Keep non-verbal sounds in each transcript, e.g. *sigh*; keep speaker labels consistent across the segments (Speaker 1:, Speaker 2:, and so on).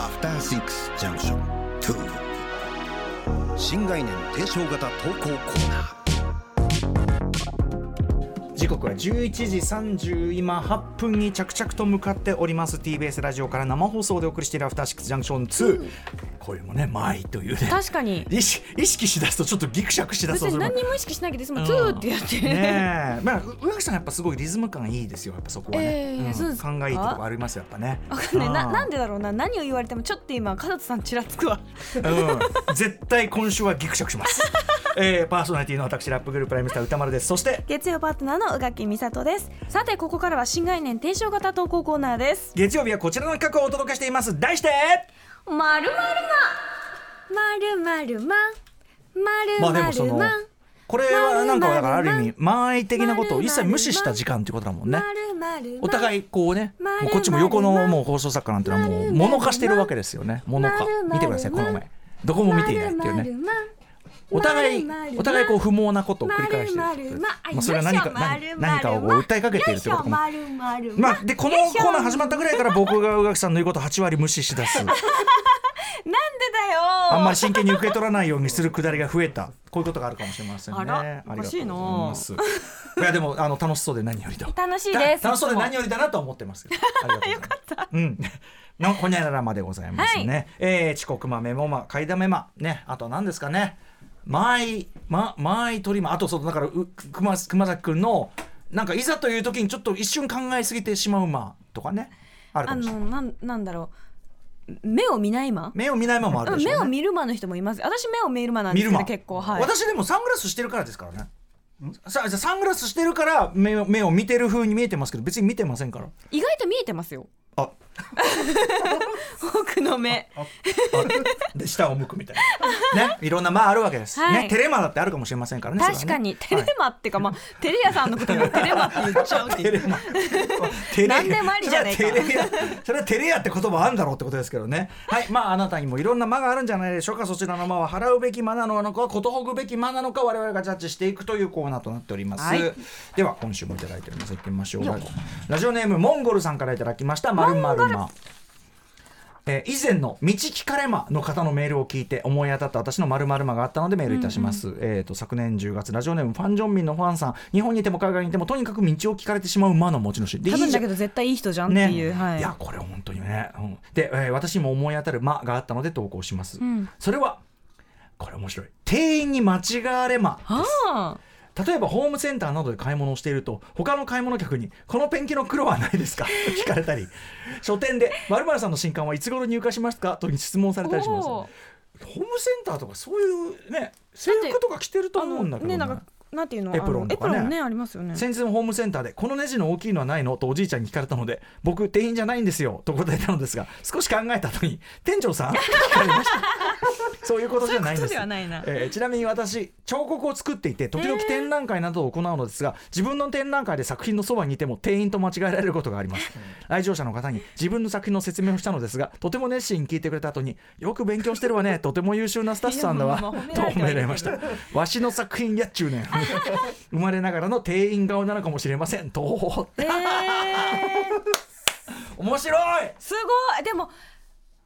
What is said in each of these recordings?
Speaker 1: After6 ジャンクション2新概念提唱型投稿コーナー
Speaker 2: 時刻は11時30今8分に着々と向かっております TBS ラジオから生放送でお送りしている「アフターシックスジャンクション2」これもね「前」というね
Speaker 3: 確かに
Speaker 2: 意識意識しだすとちょっとギクシャクしだす
Speaker 3: 別
Speaker 2: とそ
Speaker 3: に
Speaker 2: れも
Speaker 3: 何にも意識しなきゃですもんツーってやって、
Speaker 2: ねえ、まあ、う上木さんやっぱすごいリズム感いいですよ、やっぱそこはね。
Speaker 3: ええそうですか
Speaker 2: 考えいいとこありますよ、やっぱね。
Speaker 3: *laughs* わかんないな
Speaker 2: あー
Speaker 3: なんでだろうな何を言われてもちょっと今片津さんちらつ
Speaker 2: *laughs*
Speaker 3: くわ
Speaker 2: うん、絶対今週はギクシャクし
Speaker 3: *laughs*
Speaker 2: ます。えー、パーソナリティの私ラップグループライムスター歌丸です。そして。
Speaker 3: 月曜パートナーの宇垣美里ですさてここからは新概念提唱型投稿コーナーです
Speaker 2: 月曜日はこちらの企画をお届けしています。題して。
Speaker 3: まるまるままるまるまるまるまるま
Speaker 2: これはなんかだからある意味、間合い的なことを一切無視した時間ってことだもんね。
Speaker 3: まる
Speaker 2: お互いこうね、
Speaker 3: まる
Speaker 2: もうこっちも横
Speaker 3: まる
Speaker 2: の
Speaker 3: ま
Speaker 2: もう放送作家なんてのはもう物化してるわけですよね。物化
Speaker 3: まるまる。ま
Speaker 2: 見てください、この前。どこも見ていないっていうね。お互いお互いこう不毛なことを繰り返してるってことですまあそれは何か何何かをこう訴えかけているってことかも。まあでこのコーナー始まったぐらいから僕が宇垣さんの言うこと8割無視しだ *laughs* す。
Speaker 3: なんでだよ
Speaker 2: あんまり真剣に受け取らないようにするくだりが増えた。こういうことがあるかもしれませんね。
Speaker 3: あらお
Speaker 2: ありが
Speaker 3: かしいな
Speaker 2: とうございます。いやでもあの楽しそうで何よりだ。
Speaker 3: 楽しいです
Speaker 2: だ楽しそうで何よりだなと思ってますけど。ありがとうございます。よかった。うん。のほにゃららまでございますね。えー遅刻まメモま買いだめまねあと何ですかね。マイまマイ取りまあとそうだからう熊熊崎くんのなんかいざという時にちょっと一瞬考えすぎてしまうまとかねあるか
Speaker 3: あ
Speaker 2: もしれな
Speaker 3: の
Speaker 2: い。
Speaker 3: なんなんだろう目を見ないま
Speaker 2: 目を見ないままもあるでしょうね。
Speaker 3: 目を見るまの人もいます私目を見るまなん
Speaker 2: 見
Speaker 3: です
Speaker 2: る
Speaker 3: け
Speaker 2: ま
Speaker 3: ど結構はい
Speaker 2: 私でもサングラスしてるからですからねさじゃあサングラスしてるから目を目を見てる風に見えてますけど別に見てません
Speaker 3: *laughs*
Speaker 2: から
Speaker 3: 意外と見えてますよ
Speaker 2: あ
Speaker 3: *laughs* 奥の目
Speaker 2: で下を向くみたいなねいろんな間あるわけです、
Speaker 3: はい
Speaker 2: ねテレマだってあるかもしれませんからね
Speaker 3: 確かに
Speaker 2: そ
Speaker 3: テ
Speaker 2: れは
Speaker 3: レ
Speaker 2: ね
Speaker 3: マっていうかまあテレ屋さんのこともテレマって言っちゃう
Speaker 2: はいテレマテレ
Speaker 3: なんでもありじゃねえか
Speaker 2: それはテレやそれはテレやって言葉あんだろうってことですけどねはいまああなたにもいろんな間があるんじゃないでしょうかそちらの間は払うべき間なのかことほぐべき間なのか我々がジャッジしていくというコーナーとなっております、
Speaker 3: はい
Speaker 2: では今週もいただいております行ってみましょうラジオラジオネームモンゴルさんからいただきましたまるまるまえー以前の「道聞かれま」の方のメールを聞いて思い当たった私の〇〇まがあったのでメールいたします、えー、と昨年10月ラジオネームファン・ジョンミンのファンさん日本にいても海外にいてもとにかく道を聞かれてしまう馬の持ち主 *laughs* で
Speaker 3: 多
Speaker 2: いい
Speaker 3: 分
Speaker 2: じ
Speaker 3: だ
Speaker 2: ゃん
Speaker 3: けど絶対いい人じゃんって
Speaker 2: ね
Speaker 3: いう、はい
Speaker 2: やこれ本当にね、うんで、えー私も思い当たる「ま」があったので投稿します、
Speaker 3: ん
Speaker 2: それはこれ面白い店員に間違われま
Speaker 3: はあ
Speaker 2: 例えばホームセンターなどで買い物をしていると他の買い物客に「このペンキの黒はないですか?」 *laughs* と聞かれたり書店で「〇〇さんの新刊はいつ頃入荷しますか?」と質問されたりします
Speaker 3: おー
Speaker 2: ホームセンターとかそういうね制服とか着てると思うんだけど
Speaker 3: ね
Speaker 2: ね
Speaker 3: なんかなんていうの
Speaker 2: エプロンとかね
Speaker 3: あのエプロンねありますよね
Speaker 2: 先日のホームセンターで「このネジの大きいのはないの?」とおじいちゃんに聞かれたので「僕店員じゃないんですよ」と答えたのですが少し考えた後に「店長さ
Speaker 3: *laughs*
Speaker 2: ん?」と聞かれましたそういうことじゃないんです
Speaker 3: そういうことではないな
Speaker 2: えーちなみに私彫刻を作っていて時々展覧会などを行うのですが自分の展覧会で作品のそばにいても店員と間違えられることがあります来場者の方に自分の作品の説明をしたのですがとても熱心に聞いてくれた後によく勉強してるわね
Speaker 3: *laughs*
Speaker 2: とても優秀なスタッフさんだわ
Speaker 3: いや
Speaker 2: と
Speaker 3: まあまあ褒
Speaker 2: 褒
Speaker 3: められてはいるけ
Speaker 2: め
Speaker 3: ど
Speaker 2: られましたわしの作品やっちゅ
Speaker 3: *laughs*
Speaker 2: うねん生まれながらの店員顔なのかもしれませんと
Speaker 3: えー
Speaker 2: 面白い
Speaker 3: すごいでも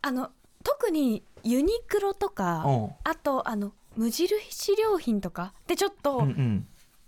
Speaker 3: あの特にユニクロとか、
Speaker 2: うん
Speaker 3: あとあの無印良品とかでちょっと、
Speaker 2: うんうん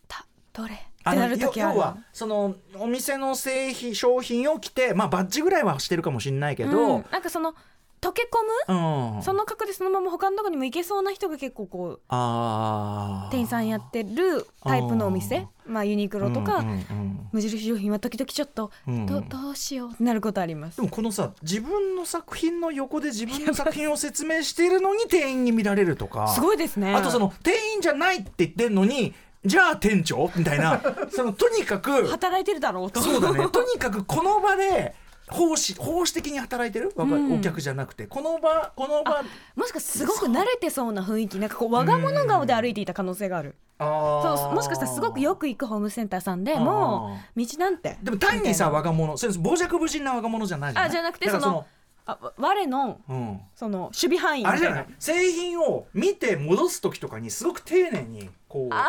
Speaker 3: たどれっ
Speaker 2: あ
Speaker 3: て
Speaker 2: の
Speaker 3: なる
Speaker 2: 要
Speaker 3: 時あ
Speaker 2: 要
Speaker 3: る
Speaker 2: はそのお店の製品商品を着て、まあ、バッジぐらいはしてるかもしれないけど、
Speaker 3: うんなんかその溶け込む、
Speaker 2: うん
Speaker 3: その格でそのまま他のとこにも行けそうな人が結構こう
Speaker 2: あー
Speaker 3: 店員さんやってるタイプのお店まあユニクロとか、
Speaker 2: うんうんうん
Speaker 3: 無印良品は時々ちょっと、
Speaker 2: うん
Speaker 3: どどうしようってなることあります
Speaker 2: でもこのさ自分の作品の横で自分の作品を説明しているのに店員に見られるとか
Speaker 3: すごいですね
Speaker 2: あとその店員じゃないって言ってんのにじゃあ店長みたい
Speaker 3: *laughs*
Speaker 2: なそのとにかく
Speaker 3: 働いてるだろうと
Speaker 2: そうだねとにかくこの場で奉仕奉仕的に働いてるわかる、
Speaker 3: うん
Speaker 2: お客じゃなくてこの場この場
Speaker 3: *laughs* もしかしてすごく慣れてそうな雰囲気なんかこう我が物顔で歩いていた可能性がある
Speaker 2: あ
Speaker 3: そうもしかしたらすごくよく行くホームセンターさんで
Speaker 2: あー
Speaker 3: もう道なんて
Speaker 2: でも単にさ我が物それ傍若無人な我が物じゃないじゃない
Speaker 3: あじゃなくて
Speaker 2: だから
Speaker 3: そのあわ我の
Speaker 2: そのうん
Speaker 3: その守備範囲み
Speaker 2: あれ
Speaker 3: たい
Speaker 2: じ
Speaker 3: な
Speaker 2: ゃない製品を見て戻す時とかにすごく丁寧にこう
Speaker 3: あ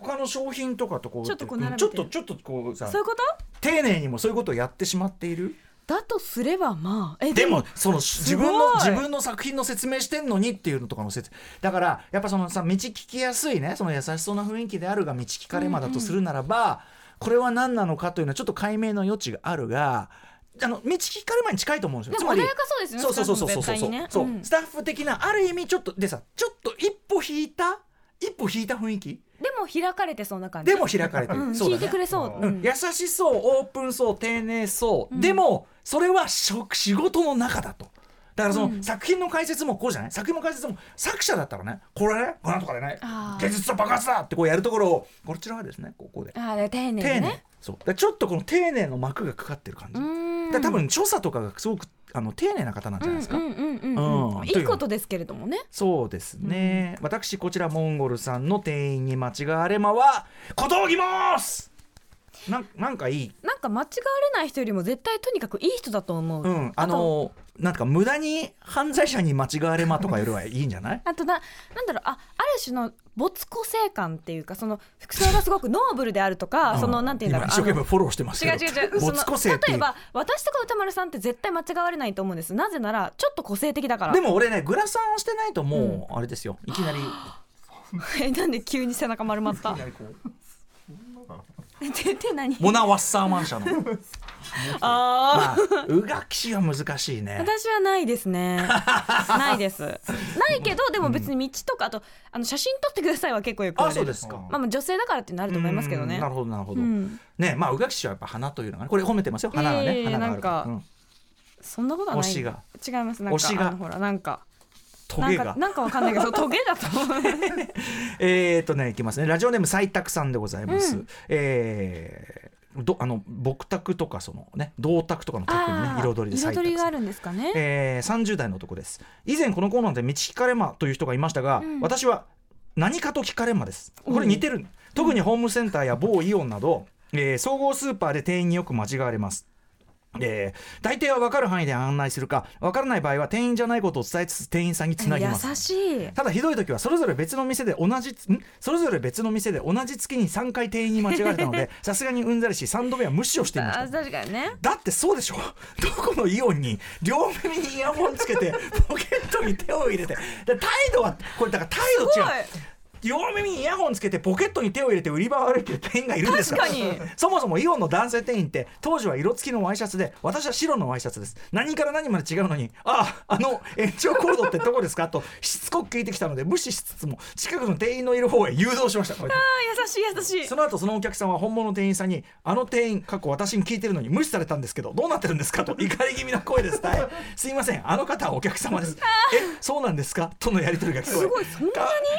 Speaker 2: 他の商品とかとこう
Speaker 3: ちょっとこう並
Speaker 2: ち
Speaker 3: べて
Speaker 2: ょっとちょっとこう
Speaker 3: ー
Speaker 2: さ
Speaker 3: そういうこと
Speaker 2: 丁寧にもそういうことをやってしまっている
Speaker 3: だとすればまあえ
Speaker 2: でもその
Speaker 3: ごい
Speaker 2: 自分の自分の作品の説明してんのにっていうのとかの説だからやっぱそのさ道聞きやすいねその優しそうな雰囲気であるが道聞かれまだとするならば、これは何なのかというのはちょっと解明の余地があるがあの道聞かれまに近いと思うんですよ。
Speaker 3: で
Speaker 2: つ
Speaker 3: も
Speaker 2: ま
Speaker 3: 穏
Speaker 2: り
Speaker 3: やかそうですね
Speaker 2: そうそうそうそうそう
Speaker 3: スタ
Speaker 2: そ
Speaker 3: ッ
Speaker 2: う
Speaker 3: フ
Speaker 2: そう、
Speaker 3: も絶対にねうん
Speaker 2: スタッフ的なある意味ちょっとでさちょっと一歩引いた一歩引いた雰囲気
Speaker 3: でも開かれてそうな感じ
Speaker 2: でも開かれてる、
Speaker 3: うん
Speaker 2: そう
Speaker 3: 聞
Speaker 2: だ
Speaker 3: い
Speaker 2: ね
Speaker 3: てくれそ
Speaker 2: う
Speaker 3: う
Speaker 2: ん、優しそうオープンそう丁寧そう、でもそれは職仕事の中だとだからその、作品の解説もこうじゃない作品の解説も作者だったらねこれねこれなんとかでね
Speaker 3: あー
Speaker 2: 芸術と爆発だってこうやるところをこちらはですねここで
Speaker 3: あー丁寧に
Speaker 2: 丁寧、
Speaker 3: ね
Speaker 2: そうだからちょっとこの丁寧の幕がかかってる感じ、
Speaker 3: うーん
Speaker 2: だから多分著者とかがすごくあの丁寧な方なんじゃないですか、
Speaker 3: うんうんうんうんう
Speaker 2: うんん
Speaker 3: いいことですけれどもね
Speaker 2: そうですね、私こちらモンゴルさんの店員に間違われまは小峠ますなんなんかいい
Speaker 3: なんか間違われない人よりも絶対とにかくいい人だと思う、
Speaker 2: うん、あのなんか無駄に犯罪者に間違われまとかよりはいいんじゃない
Speaker 3: あとななんだろうあある種の没個性感っていうかその服装がすごくノーブルであるとか、そのなんていうんだろう
Speaker 2: 今一生懸
Speaker 3: あ
Speaker 2: 命
Speaker 3: の
Speaker 2: フォローしてます
Speaker 3: 違
Speaker 2: けど
Speaker 3: う違う違うそ
Speaker 2: 没個性
Speaker 3: の
Speaker 2: ってい
Speaker 3: 例え
Speaker 2: う
Speaker 3: ば私とか歌丸さんって絶対間違われないと思うんですなぜならちょっと個性的だから
Speaker 2: でも俺ねグラサンをしてないともうあれですよ、いきなりい
Speaker 3: *laughs* えなんで急に背中丸まった
Speaker 2: きなりこう
Speaker 3: 手手何
Speaker 2: モナ・ワッサーマン社の、
Speaker 3: *laughs* あ
Speaker 2: まあ、うがきしは難しいね
Speaker 3: ー私はないで
Speaker 2: *laughs*
Speaker 3: すねないですないけどでも別に道とかあとあの写真撮ってくださいは結構よく言わ
Speaker 2: あ
Speaker 3: れ
Speaker 2: そう
Speaker 3: る
Speaker 2: ですか、
Speaker 3: まあまあ女性だからっていうのあると思いますけど
Speaker 2: う
Speaker 3: ね
Speaker 2: んなるほどなるほど、
Speaker 3: うん
Speaker 2: ねまあうがきしはやっぱ花というのがねこれ褒めてますよ花がね、
Speaker 3: えー
Speaker 2: 花があるから
Speaker 3: なんか
Speaker 2: うん
Speaker 3: そんなことはない
Speaker 2: 推しが
Speaker 3: 違いますなん
Speaker 2: 推し
Speaker 3: か
Speaker 2: が
Speaker 3: あのほらなんか
Speaker 2: ト
Speaker 3: なん
Speaker 2: ゲ
Speaker 3: か
Speaker 2: が
Speaker 3: なんかわかんないけどそうトゲだと
Speaker 2: *laughs*
Speaker 3: 思う
Speaker 2: えー、とねいきますねラジオネーム斉卓さんでございます、
Speaker 3: う
Speaker 2: えーどあの牧卓とかそのね銅卓とかの卓にね
Speaker 3: ー
Speaker 2: 彩りで斉
Speaker 3: 彩
Speaker 2: 卓
Speaker 3: りが
Speaker 2: さ
Speaker 3: あ
Speaker 2: ん
Speaker 3: るんですかね、
Speaker 2: えー、30代の男です以前このコーナーで「道聞かれま」という人がいましたが、
Speaker 3: ん
Speaker 2: 私は「何かと聞かれま」ですこれ似てる、特にホームセンターや某イオンなど、えー総合スーパーで店員によく間違われますえー大抵は分かる範囲で案内するか分からない場合は店員じゃないことを伝えつつ店員さんにつなぎます
Speaker 3: 優しい
Speaker 2: ただひどい時はそれぞれ別の店で同じつんそれぞれ別の店で同じ月に3回店員に間違われたの
Speaker 3: *laughs*
Speaker 2: でさすがにうんざりし3度目は無視をしていまし
Speaker 3: あ
Speaker 2: た
Speaker 3: ー確かにね
Speaker 2: だってそうでしょ *laughs* どこのイオンに両耳にイヤホンつけてポケットに手を入れてで態度はこれだから態度
Speaker 3: すごい
Speaker 2: 違う両耳にイヤホンつけてポケットに手を入れて売り場を歩いてる店員がいるんですから
Speaker 3: 確かに
Speaker 2: *laughs* そもそもイオンの男性店員って当時は色付きのワイシャツで私は白のワイシャツです何から何まで違うのに「あああの延長コードってどこですか?」としつこく聞いてきたので無視しつつも近くの店員のいる方へ誘導しましたこうやって
Speaker 3: あー優しい優しい
Speaker 2: その後そのお客さんは本物の店員さんに「あの店員過去私に聞いてるのに無視されたんですけどどうなってるんですか?」と怒り気味な声で伝え「すいませんあの方はお客様です」「えそうなんですか?」とのやり取りが聞こえすごいそんなに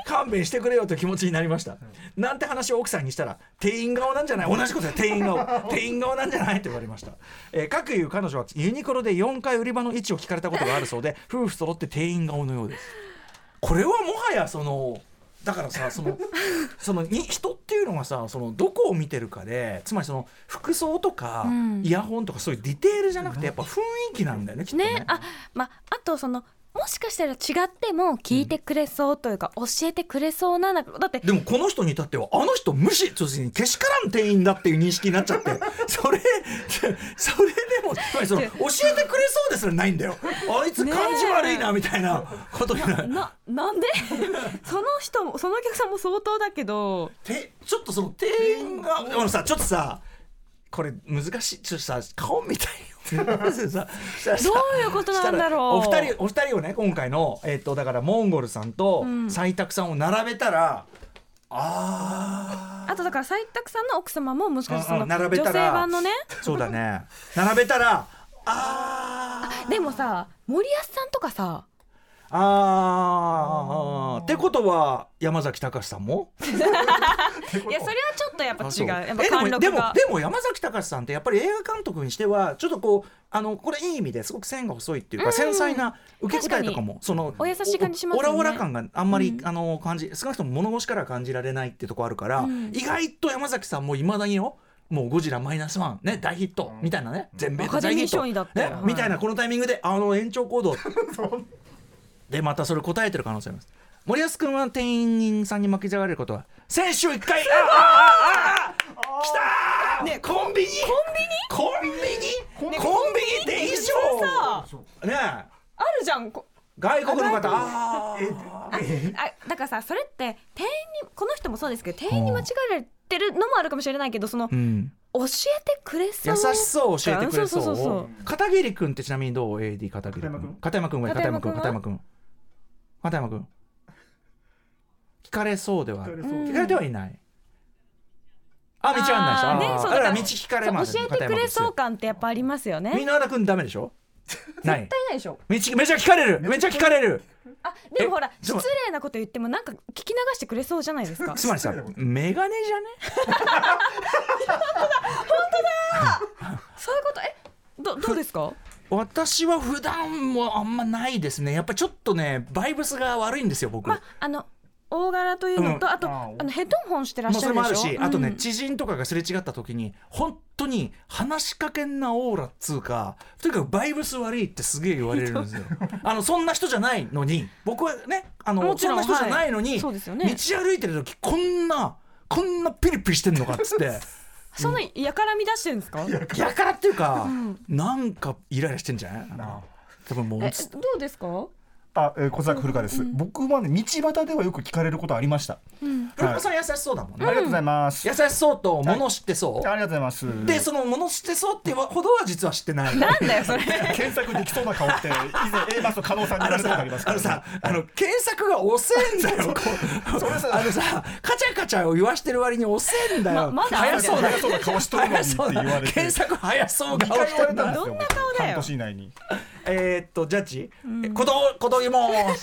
Speaker 2: 勘弁してくれよという気持ちになりました、なんて話を奥さんにしたら「店員顔なんじゃない同じことだよ店員顔 *laughs* 店員顔なんじゃない?」と言われました、えー、かくいう彼女はユニクロで4回売り場の位置を聞かれたことがあるそうで夫婦揃って店員顔のようですこれはもはやそのだからさその *laughs* そのに人っていうのがさそのどこを見てるかでつまりその服装とか、
Speaker 3: ん
Speaker 2: イヤホンとかそういうディテールじゃなくてやっぱ雰囲気なんだよねきっとね。
Speaker 3: ね、あ、まあ、あとその、もしかしたら違っても聞いてくれそうというか、教えてくれそうな、なんかだって、
Speaker 2: でもこの人に至ってはあの人無視としにけしからん店員だっていう認識になっちゃって *laughs* それそれでもつまりその教えてくれそうですらないんだよあいつ感じ悪いなみたいなことになる
Speaker 3: な、なんで *laughs* その人も、そのお客さんも相当だけど、
Speaker 2: てちょっとその店員があのさちょっとさこれ難しいちょっとさ顔みたい
Speaker 3: *laughs*
Speaker 2: よささ
Speaker 3: どういうことなんだろう
Speaker 2: したらお二人お二人をね今回のえっ、とだからモンゴルさんと斉卓さんを並べたら、あ
Speaker 3: あとだから、斉卓さんの奥様も、もしかしてそ
Speaker 2: うんう
Speaker 3: の、
Speaker 2: ん並べ
Speaker 3: 女
Speaker 2: たら
Speaker 3: 性
Speaker 2: *laughs*
Speaker 3: 版のね、
Speaker 2: あそうだね並べたらあー
Speaker 3: でもさ、森保さんとかさ、
Speaker 2: あーってことは山崎隆さん
Speaker 3: *laughs*
Speaker 2: も
Speaker 3: いや、それはちょっとやっぱ
Speaker 2: あそう
Speaker 3: 違う。やっぱ
Speaker 2: えでも
Speaker 3: 貫禄
Speaker 2: でも
Speaker 3: が。
Speaker 2: でも山崎隆さんってやっぱり映画監督にしてはちょっとこうあのこれいい意味ですごく線が細いっていうか、繊細な受け答えとかもその
Speaker 3: お優しい感じしますよね
Speaker 2: オラオラ感があんまり、
Speaker 3: うん
Speaker 2: あの感じ少なくとも物腰からは感じられないってとこあるから、
Speaker 3: うん
Speaker 2: 意外と山崎さんもいまだによもうゴジラマイナスワンね大ヒットみたいなね全米
Speaker 3: アカ
Speaker 2: の
Speaker 3: デ
Speaker 2: 大
Speaker 3: ミ
Speaker 2: ヒ
Speaker 3: ー
Speaker 2: ット
Speaker 3: 賞にだって
Speaker 2: ね
Speaker 3: はい
Speaker 2: みたいなこのタイミングであの延長コー
Speaker 3: *laughs*
Speaker 2: ドでまたそれ答えてる可能性あります森保君は店員さんに負けちゃわれることは先週一回ああああああ来たーねコンビニコンビニコンビニコンビニって衣装
Speaker 3: さ
Speaker 2: ねえ
Speaker 3: あるじゃんこ
Speaker 2: 外国の方あー
Speaker 3: あだからさそれって店員にこの人もそうですけど店員に間違えられてるのもあるかもしれないけどその、
Speaker 2: うん
Speaker 3: 教えてくれそう
Speaker 2: 優しそう教えてくれそう
Speaker 3: そうそうそう
Speaker 2: 片桐君ってちなみにどう AD 片桐君片山君片
Speaker 3: 片
Speaker 2: 山
Speaker 3: 山
Speaker 2: 君
Speaker 3: 君
Speaker 2: 片山君片山君聞かれそうではある
Speaker 4: 聞かれ
Speaker 3: そう
Speaker 2: 聞かれてはいないあ道案内した
Speaker 3: あー
Speaker 2: あ
Speaker 3: ね
Speaker 2: ー
Speaker 3: そ
Speaker 2: だか
Speaker 3: うだから
Speaker 2: ら道聞かれます
Speaker 3: そう教えてくれそう感ってやっぱありますよね
Speaker 2: みんなあだ君ダメでし *laughs* ょない
Speaker 3: ないでしょ
Speaker 2: 道めちゃ聞かれるめちゃ聞かれる
Speaker 3: あでもほら
Speaker 2: えちょ
Speaker 3: 失礼なこと言ってもなんか聞き流してくれそうじゃないですか
Speaker 2: つまりさメガネじゃね
Speaker 3: そういうことえどどうですか
Speaker 2: 私は普段もあんまないですねやっぱちょっとねバイブスが悪いんですよ僕、
Speaker 3: まああの大柄というのと、
Speaker 2: うん
Speaker 3: あと
Speaker 4: あ
Speaker 3: あ
Speaker 4: ー
Speaker 3: のヘッドホンしてらっ
Speaker 2: もう
Speaker 3: し
Speaker 2: それ
Speaker 3: ゃる
Speaker 2: もあ
Speaker 3: で
Speaker 2: る
Speaker 3: しょ
Speaker 2: し、あと
Speaker 3: う
Speaker 2: ね
Speaker 3: ん
Speaker 2: 知人とかがすれ違った時に本当に話しかけんなオーラっつうかとにかくバイブス悪いってすげえ言われるんですよあのそんな人じゃないのに僕はねあの
Speaker 3: も
Speaker 2: そ
Speaker 3: ち
Speaker 2: ん
Speaker 3: ろん
Speaker 2: な人じゃないのに、
Speaker 3: はいそうですよね
Speaker 2: 道歩いてる時こんなこんなピリピリしてんのかっつって
Speaker 3: そんなやからみ出してるんですかえ
Speaker 2: やからっていうか、なんかイライラしてんじゃない多分もう
Speaker 3: ど
Speaker 2: うつ
Speaker 3: う
Speaker 2: *laughs*
Speaker 3: ですか
Speaker 4: あ、えー、小坂古川です、僕はね道端ではよく聞かれることありました、
Speaker 2: 古川さん優しそうだもんね、
Speaker 4: ありがとうございます、
Speaker 2: 優しそうと物知ってそう、
Speaker 4: ありがとうございます
Speaker 2: でその *laughs* 物知ってそうってほどは実は知ってない
Speaker 3: なんだよそれ
Speaker 4: 検索できそうな顔って以前 A マスと加納さんに
Speaker 2: あ
Speaker 4: 言わ
Speaker 2: のさ
Speaker 4: れたことありますか
Speaker 2: あの
Speaker 4: ら、ね、
Speaker 2: さあの検索が遅えんだよこうあのさカチャカチャを言わしてる割に遅えんだよ、
Speaker 3: ままだ
Speaker 2: 早 *laughs* そうだ
Speaker 4: 早そうな顔しとるのに
Speaker 2: 早
Speaker 4: って
Speaker 2: そ
Speaker 4: 言
Speaker 2: うだ
Speaker 4: われて
Speaker 2: 検索早そう
Speaker 4: 二
Speaker 2: 顔
Speaker 4: 回
Speaker 2: し
Speaker 4: 言わ
Speaker 2: てる
Speaker 4: れたんですよ
Speaker 3: どんな顔だよ
Speaker 4: 僕半年以内に
Speaker 2: えーっとジャッジ、え子供子供も
Speaker 3: *laughs* 忘れ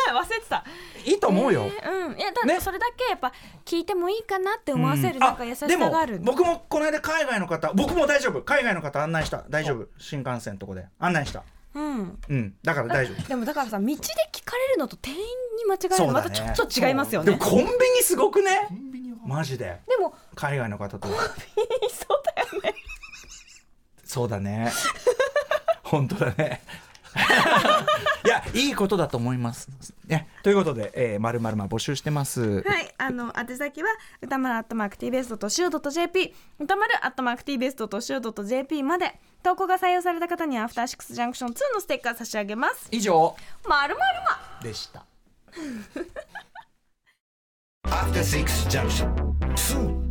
Speaker 3: てた
Speaker 2: いいと思うよ、
Speaker 3: えーうんいやだ
Speaker 2: ね
Speaker 3: それだけやっぱ聞いてもいいかなって思わせるなん
Speaker 2: あ
Speaker 3: か優しさ
Speaker 2: でも
Speaker 3: がある
Speaker 2: 僕もこの間海外の方僕も大丈夫海外の方案内した大丈夫新幹線のとこで案内した
Speaker 3: うん
Speaker 2: うんだから大丈夫
Speaker 3: でもだからさ道で聞かれるのと店員に間違える
Speaker 2: そう
Speaker 3: の
Speaker 2: だ
Speaker 3: ま
Speaker 2: ね
Speaker 3: たちょっと違いますよ
Speaker 2: で
Speaker 3: ね
Speaker 2: もコンビニすごくねマジで
Speaker 3: でも *laughs*
Speaker 2: 海外の方と
Speaker 3: いそうだよね
Speaker 2: そうだ
Speaker 3: *laughs*
Speaker 2: ね。本当だね。いや、いいことだと思います。ね、ということで、えー、まるまるま募集してます。
Speaker 3: はいあの宛先は歌丸アットマーク TBS と塩 .jp 歌丸アットマーク TBS と塩 .jp まで投稿が採用された方にはアフターシックスジャンクション2のステッカー差し上げます
Speaker 2: 以上
Speaker 3: まるまるま
Speaker 2: でした。
Speaker 1: After Six Junction 2